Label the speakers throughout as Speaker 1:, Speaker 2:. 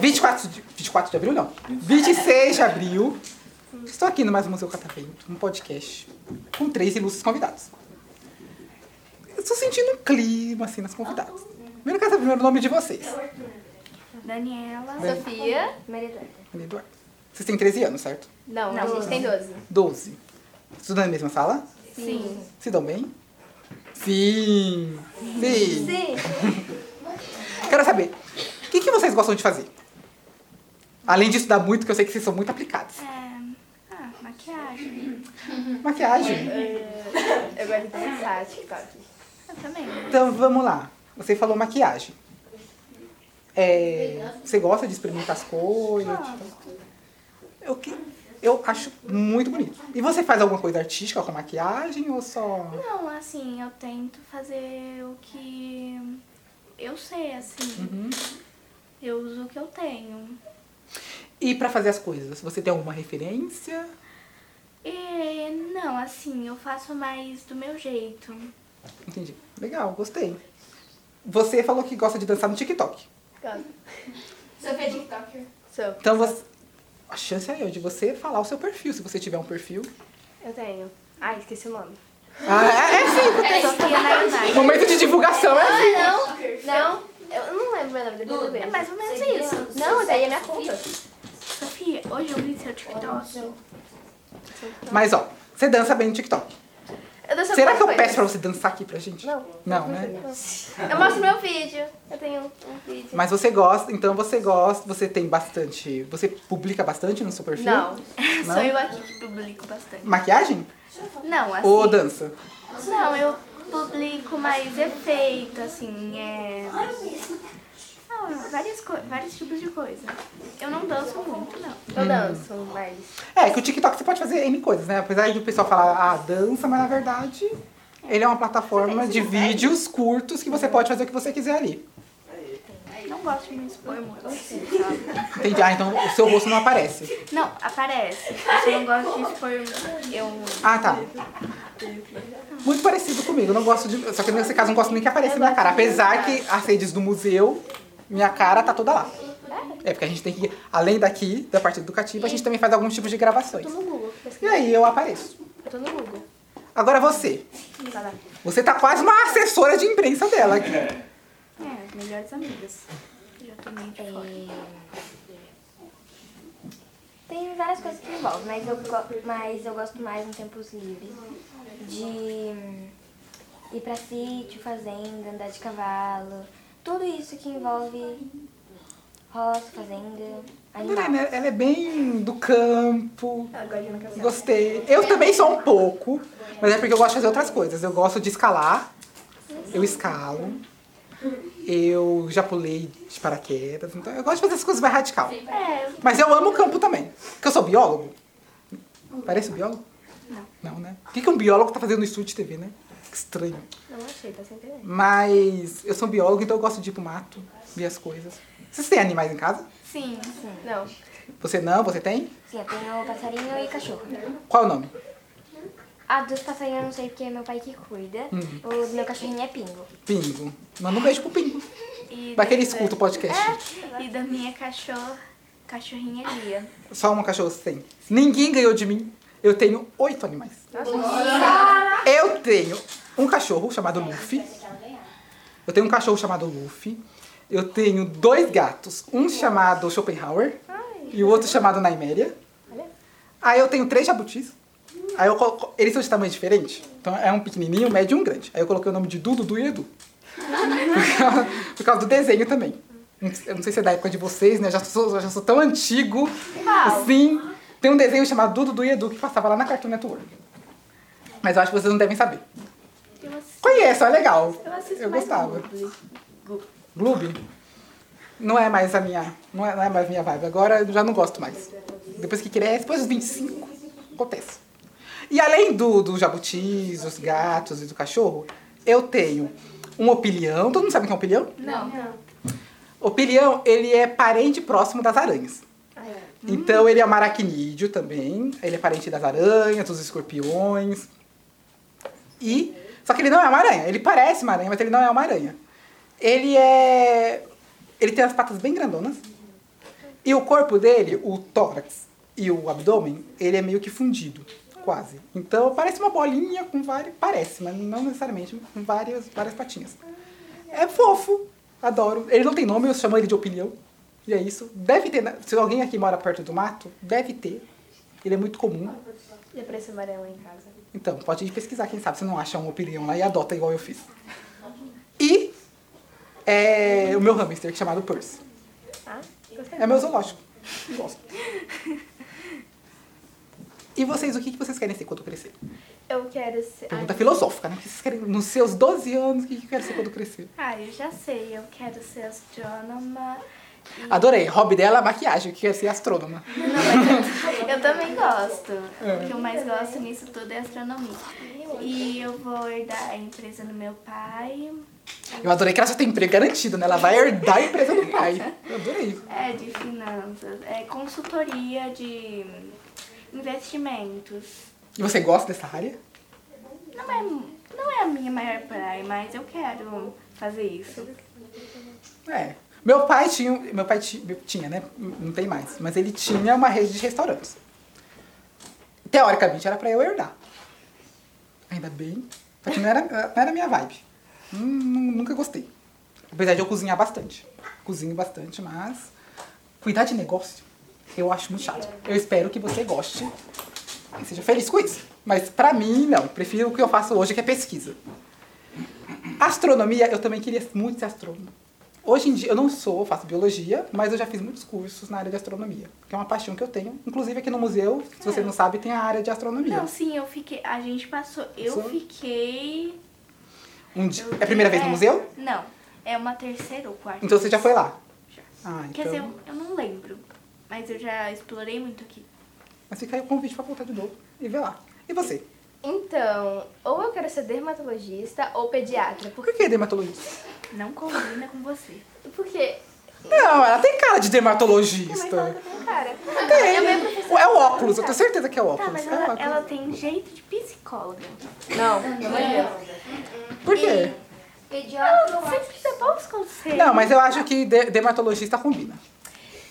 Speaker 1: 24 de, 24 de abril, não. 26 de abril. Estou aqui no Mais um Museu Catavento, um podcast com três ilustres convidados. Eu estou sentindo um clima, assim, nas convidadas. Primeiro, eu quero saber o primeiro nome é de vocês.
Speaker 2: Daniela.
Speaker 3: Sofia.
Speaker 2: Maria Eduarda.
Speaker 1: Maria Eduarda. é Vocês têm 13 anos, certo?
Speaker 3: Não,
Speaker 2: Não,
Speaker 3: a gente tem 12.
Speaker 1: 12. Estudando na mesma sala?
Speaker 3: Sim.
Speaker 1: Se dão bem? Sim! Sim! Quero saber, o que, que vocês gostam de fazer? Além de estudar muito, que eu sei que vocês são muito aplicados.
Speaker 2: Ah, maquiagem.
Speaker 1: Maquiagem.
Speaker 3: Eu gosto de dançar TikTok.
Speaker 2: Eu também.
Speaker 1: Então, vamos lá. Você falou maquiagem. É, você gosta de experimentar as coisas? tipo? Eu, que, eu acho muito bonito. E você faz alguma coisa artística com maquiagem ou só...
Speaker 2: Não, assim, eu tento fazer o que eu sei, assim. Eu uso o que eu tenho.
Speaker 1: E pra fazer as coisas, você tem alguma referência?
Speaker 2: E não, assim, eu faço mais do meu jeito.
Speaker 1: Entendi. Legal, gostei. Você falou que gosta de dançar no TikTok.
Speaker 3: Gosto.
Speaker 4: Sofia é TikToker.
Speaker 3: Sou.
Speaker 1: Então você. A chance é eu de você falar o seu perfil, se você tiver um perfil.
Speaker 3: Eu tenho. Ai, esqueci o nome.
Speaker 1: Ah, é, é sim. é
Speaker 3: Sofia Nayunai.
Speaker 1: Momento de divulgação,
Speaker 2: Ah,
Speaker 1: é assim.
Speaker 3: Não, não. Eu não lembro meu nome, depois eu
Speaker 4: Duda.
Speaker 3: vejo.
Speaker 2: É mais ou menos isso.
Speaker 3: Não, daí é minha conta.
Speaker 2: Sofia, hoje eu vi seu TikTok.
Speaker 1: Mas ó, você dança bem no TikTok.
Speaker 3: Eu
Speaker 2: Tá
Speaker 3: danço
Speaker 1: Será
Speaker 3: algumas
Speaker 1: que eu
Speaker 3: coisas.
Speaker 1: peço pra você dançar aqui pra gente?
Speaker 3: Não.
Speaker 1: Não, né?
Speaker 3: Eu mostro meu vídeo. Eu tenho um vídeo.
Speaker 1: Mas você gosta, então você gosta, você tem bastante. Você publica bastante no seu perfil?
Speaker 3: Não.
Speaker 1: Não?
Speaker 2: Sou eu aqui que publico bastante.
Speaker 1: Maquiagem?
Speaker 2: Não, assim.
Speaker 1: Ou dança?
Speaker 2: Não, eu publico mais efeito, assim, é. Ah, várias co- vários tipos de coisa. Eu não danço muito, não.
Speaker 3: Eu danço, mas...
Speaker 1: É, que o TikTok você pode fazer N coisas, né? Apesar do pessoal falar, ah, dança, mas na verdade ele é uma plataforma de
Speaker 2: né?
Speaker 1: vídeos curtos que você pode fazer o que você quiser ali.
Speaker 2: Não gosto de me expor muito.
Speaker 1: Entendi. Ah, então o seu rosto não aparece.
Speaker 2: Não, aparece. Eu não gosto de expor. muito. Eu.
Speaker 1: Ah, tá. Muito parecido comigo. eu Não gosto de. Só que nesse caso eu não gosto nem que apareça minha cara. Apesar que as redes do museu, minha cara tá toda lá. É, porque a gente tem que, além daqui, da parte educativa, a gente também faz alguns tipos de gravações.
Speaker 3: Tô no Google.
Speaker 1: E aí eu apareço.
Speaker 3: Eu tô no Google.
Speaker 1: Agora você.
Speaker 3: Tá lá.
Speaker 1: Você tá quase uma assessora de imprensa dela aqui.
Speaker 2: É, as melhores amigas. Já tô meio de fora.
Speaker 5: Tem várias coisas que me envolvem, mas eu, go- mas eu gosto mais em tempos livres de hum, ir pra sítio, fazenda, andar de cavalo, tudo isso que envolve roça, fazenda,
Speaker 1: Adorei,
Speaker 5: animal.
Speaker 1: né? Ela é bem do campo.
Speaker 3: Ela gosta de ir na casa.
Speaker 1: Gostei. Eu também sou um pouco, mas é porque eu gosto de fazer outras coisas. Eu gosto de escalar. Eu escalo. Eu já pulei de paraquedas. Então eu gosto de fazer essas coisas mais radical.
Speaker 2: É,
Speaker 1: Mas eu amo o campo também. Porque eu sou biólogo. Parece um biólogo? Não. Não, né? O que que um biólogo tá fazendo no estúdio de TV, né? Que estranho.
Speaker 3: Não achei, tá sem internet.
Speaker 1: Mas eu sou biólogo, então eu gosto de ir pro mato, ver as coisas. Vocês têm animais em casa?
Speaker 2: sim.
Speaker 3: Não.
Speaker 1: Você não? Você tem?
Speaker 5: Sim, eu tenho passarinho e cachorro.
Speaker 1: Qual é o nome?
Speaker 5: A dos passarinhos eu não sei porque é meu pai que cuida. O do meu cachorrinho é pingo.
Speaker 1: Pingo. Manda um beijo pro Pingo.
Speaker 2: E
Speaker 1: Vai que ele
Speaker 2: da,
Speaker 1: escuta o podcast.
Speaker 2: e da minha cachorra, cachorrinha Lia.
Speaker 1: Só uma cachorra tem. Ninguém ganhou de mim. Eu tenho oito animais. Eu tenho um cachorro chamado Luffy. Eu tenho um cachorro chamado Luffy. Eu tenho dois gatos. Um chamado Schopenhauer e o outro chamado Naiméria. Aí eu tenho três jabutis. Aí eu coloco- Eles são de tamanho diferente. Então é um pequenininho, um médio e um grande. Aí eu coloquei o nome de Dudu, Dudu e Edu. Por causa, por causa do desenho também. Eu não sei se é da época de vocês, né? Eu já sou, eu já sou tão antigo. Assim. Tem um desenho chamado Dudu, Dudu e Edu que passava lá na Cartoon Network. Mas eu acho que vocês não devem saber.
Speaker 2: Eu assisto,
Speaker 1: Conheço, é legal.
Speaker 2: eu assisto
Speaker 1: Eu
Speaker 2: mais
Speaker 1: gostava.
Speaker 2: Globo.
Speaker 1: Gloob? Não é mais a minha. Não é, não é mais minha vibe. Agora eu já não gosto mais. Depois que cresce, depois dos 25, acontece. E além do, do jabutis, dos gatos e do cachorro, eu tenho um opilião. Todo mundo sabe o que é um opilião?
Speaker 2: Não.
Speaker 1: Opilião, ele é parente próximo das aranhas. Então ele é um aracnídeo também. Ele é parente das aranhas, dos escorpiões. E. Só que ele não é uma aranha. Ele parece uma aranha, mas ele não é uma aranha. Ele é. Ele tem as patas bem grandonas. E o corpo dele, o tórax e o abdômen, ele é meio que fundido. Quase. Então parece uma bolinha com várias. Parece, mas não necessariamente, com várias, várias patinhas. É fofo. Adoro. Ele não tem nome, eu chamo ele de opinião. E é isso. Deve ter. na- Se alguém aqui mora perto do mato, deve ter. Ele é muito comum.
Speaker 3: E apareceu uma aranha lá em casa.
Speaker 1: Então, pode ir pesquisar, quem sabe você não acha um opinião lá e adota igual eu fiz. E é, o meu hamster, que é chamado Percy.
Speaker 3: Ah, gostei.
Speaker 1: É meu zoológico. Gosto. E vocês, o que que vocês querem ser quando crescer?
Speaker 3: Eu quero ser.
Speaker 1: Pergunta filosófica, né? O que vocês querem, nos seus 12 anos, o que que querem ser quando crescer?
Speaker 2: Ah, eu já sei, eu quero ser astrônoma. e-
Speaker 1: Adorei. Hobby dela é maquiagem, que quer ser astrônoma.
Speaker 2: Não, mas eu, eu também gosto. O que eu mais gosto nisso tudo é astronomia. E eu vou herdar a empresa do meu pai.
Speaker 1: Eu adorei que ela já tem emprego garantido, né? Ela vai herdar a empresa do pai. Eu adorei.
Speaker 2: É de finanças, é consultoria de investimentos.
Speaker 1: E você gosta dessa área?
Speaker 2: Não é, não é a minha maior praia, mas eu quero fazer isso.
Speaker 1: É. Meu pai tinha. Meu pai ti- tinha, né? Não tem mais. Mas ele tinha uma rede de restaurantes. Teoricamente era pra eu herdar. Ainda bem. Só que não era, não era minha vibe. Hum, Nunca gostei. Apesar de eu cozinhar bastante. Cozinho bastante, mas. Cuidar de negócio, eu acho muito chato. Eu espero que você goste e seja feliz com isso. Mas pra mim, não. Prefiro o que eu faço hoje, que é pesquisa. Astronomia, eu também queria muito ser astrônomo. Hoje em dia, eu não sou, eu faço biologia, mas eu já fiz muitos cursos na área de astronomia, que é uma paixão que eu tenho. Inclusive aqui no museu, se você não sabe, tem a área de astronomia.
Speaker 2: É. Não, sim, eu fiquei. A gente passou. Eu
Speaker 1: Passou?
Speaker 2: fiquei.
Speaker 1: Um dia.
Speaker 2: eu-
Speaker 1: É a primeira vez
Speaker 2: é,
Speaker 1: no museu?
Speaker 2: Não. É uma terceira ou quarta.
Speaker 1: Então você já foi lá?
Speaker 2: Já.
Speaker 1: Ah,
Speaker 2: Quer dizer,
Speaker 1: então.
Speaker 2: eu, eu não lembro. Mas eu já explorei muito aqui.
Speaker 1: Mas fica aí o convite pra voltar de novo e ver lá. E você?
Speaker 3: Então, ou eu quero ser dermatologista ou pediatra. Por...
Speaker 1: Por que é dermatologista?
Speaker 2: Não combina com você.
Speaker 3: Porque
Speaker 1: Não, ela tem cara de
Speaker 3: minha mãe fala que
Speaker 1: dermatologista.
Speaker 3: eu tenho cara. Minha mãe é
Speaker 1: Tem.
Speaker 3: professora.
Speaker 1: É o óculos, eu tenho certeza que é o óculos.
Speaker 2: Tá, mas
Speaker 1: É o
Speaker 2: ela,
Speaker 1: óculos.
Speaker 2: ela tem jeito de psicóloga.
Speaker 3: Não, minha mãe não.
Speaker 1: Por quê?
Speaker 5: Pediatra eu
Speaker 2: Sempre dá bons conselhos.
Speaker 1: Não, mas eu acho que de- dermatologista combina.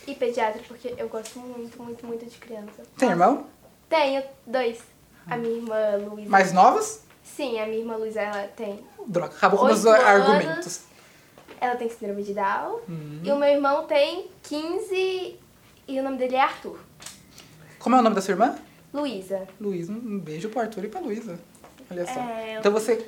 Speaker 3: E pediatra, porque eu gosto muito, muito, muito de criança.
Speaker 1: Tem irmão?
Speaker 3: Tenho dois. A minha irmã Luísa.
Speaker 1: Mais novos?
Speaker 3: Sim, a minha irmã Luísa, ela tem.
Speaker 1: Droga, acabou com meus
Speaker 3: Oito
Speaker 1: argumentos.
Speaker 3: Ela tem síndrome de Down. E o meu irmão tem 15 e o nome dele é Arthur.
Speaker 1: Como é o nome da sua irmã?
Speaker 3: Luísa.
Speaker 1: Luísa. Um beijo pro Arthur e pra Luísa. Olha só.
Speaker 2: É, eu-
Speaker 1: Então você,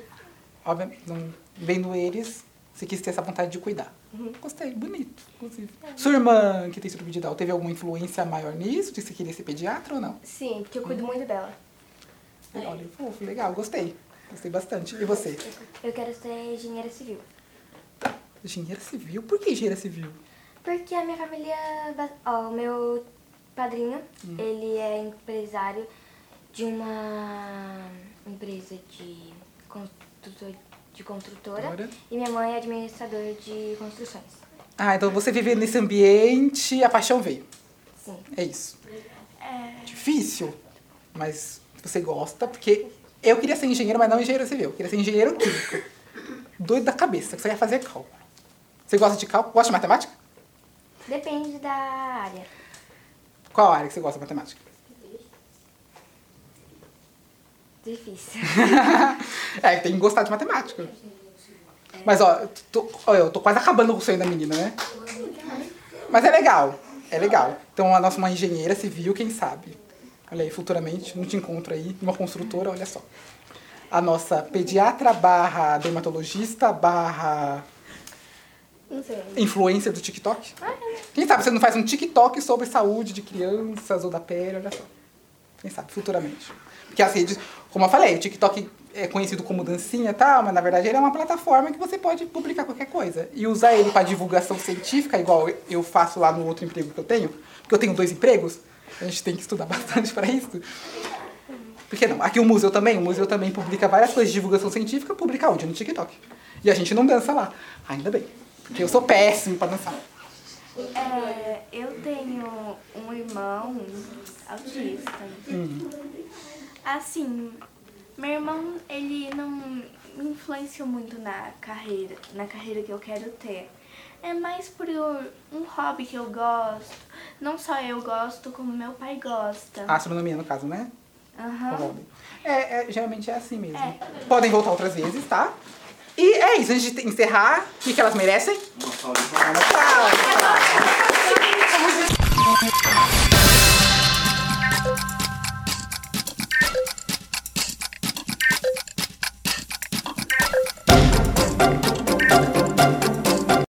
Speaker 1: obviamente, não- vendo eles, você quis ter essa vontade de cuidar.
Speaker 2: Uhum.
Speaker 1: Gostei, bonito, inclusive.
Speaker 2: É.
Speaker 1: Sua irmã que tem síndrome de Down, teve alguma influência maior nisso? De você querer ser pediatra ou não?
Speaker 3: Sim, porque eu cuido muito dela.
Speaker 2: É.
Speaker 1: Olha, fofo, legal, gostei. Gostei bastante. E você?
Speaker 5: Eu quero ser engenheira civil.
Speaker 1: Engenheira civil? Por que engenheira civil?
Speaker 5: Porque a minha família. é ba- Ó, o meu padrinho, ele é empresário de uma empresa de, construtor, de construtora.
Speaker 1: Agora?
Speaker 5: E minha mãe é administradora de construções.
Speaker 1: Ah, então você vive nesse ambiente, a paixão veio.
Speaker 5: Sim.
Speaker 1: É isso. Difícil, mas você gosta, porque eu queria ser engenheiro, mas não engenheiro civil. Eu queria ser engenheiro químico. Doido da cabeça, que você ia fazer cálculo. Você gosta de cálculo? Gosta de matemática?
Speaker 5: Depende da área.
Speaker 1: Qual área que você gosta de matemática?
Speaker 5: Difícil.
Speaker 1: é, tem que gostar de matemática. Mas, ó, tô- ó, eu tô quase acabando com o sonho da menina, né? Mas é legal, é legal. Então, a nossa uma engenheira civil, quem sabe? Olha aí, futuramente, não te encontro aí, uma construtora, olha só. A nossa pediatra barra dermatologista barra
Speaker 3: Não sei. ainda.
Speaker 1: influencer do TikTok. Quem sabe você não faz um TikTok sobre saúde de crianças ou da pele, olha só. Quem sabe, futuramente. Porque as redes, como eu falei, o TikTok é conhecido como dancinha e tal, mas na verdade ele é uma plataforma que você pode publicar qualquer coisa. E usar ele para divulgação científica, igual eu faço lá no outro emprego que eu tenho, porque eu tenho dois empregos, a gente tem que estudar bastante para isso. Por que não? Aqui o museu também, o museu também publica várias coisas de divulgação científica, publica onde? No TikTok. E a gente não dança lá. Ainda bem. Porque eu sou péssimo pra dançar.
Speaker 2: É, eu tenho um irmão autista. Assim, meu irmão, ele não me influenciou muito na carreira, na carreira que eu quero ter. É mais por eu- um hobby que eu gosto. Não só eu gosto, como meu pai gosta.
Speaker 1: Astronomia, no caso, né?
Speaker 2: Aham.
Speaker 1: Rob? É, é, geralmente é assim mesmo.
Speaker 2: Ah. É.
Speaker 1: Podem voltar outras vezes, tá? E é isso, antes de encerrar, o que, que elas merecem?
Speaker 6: Uma salva de palmas.
Speaker 1: Palmas, palmas, palmas.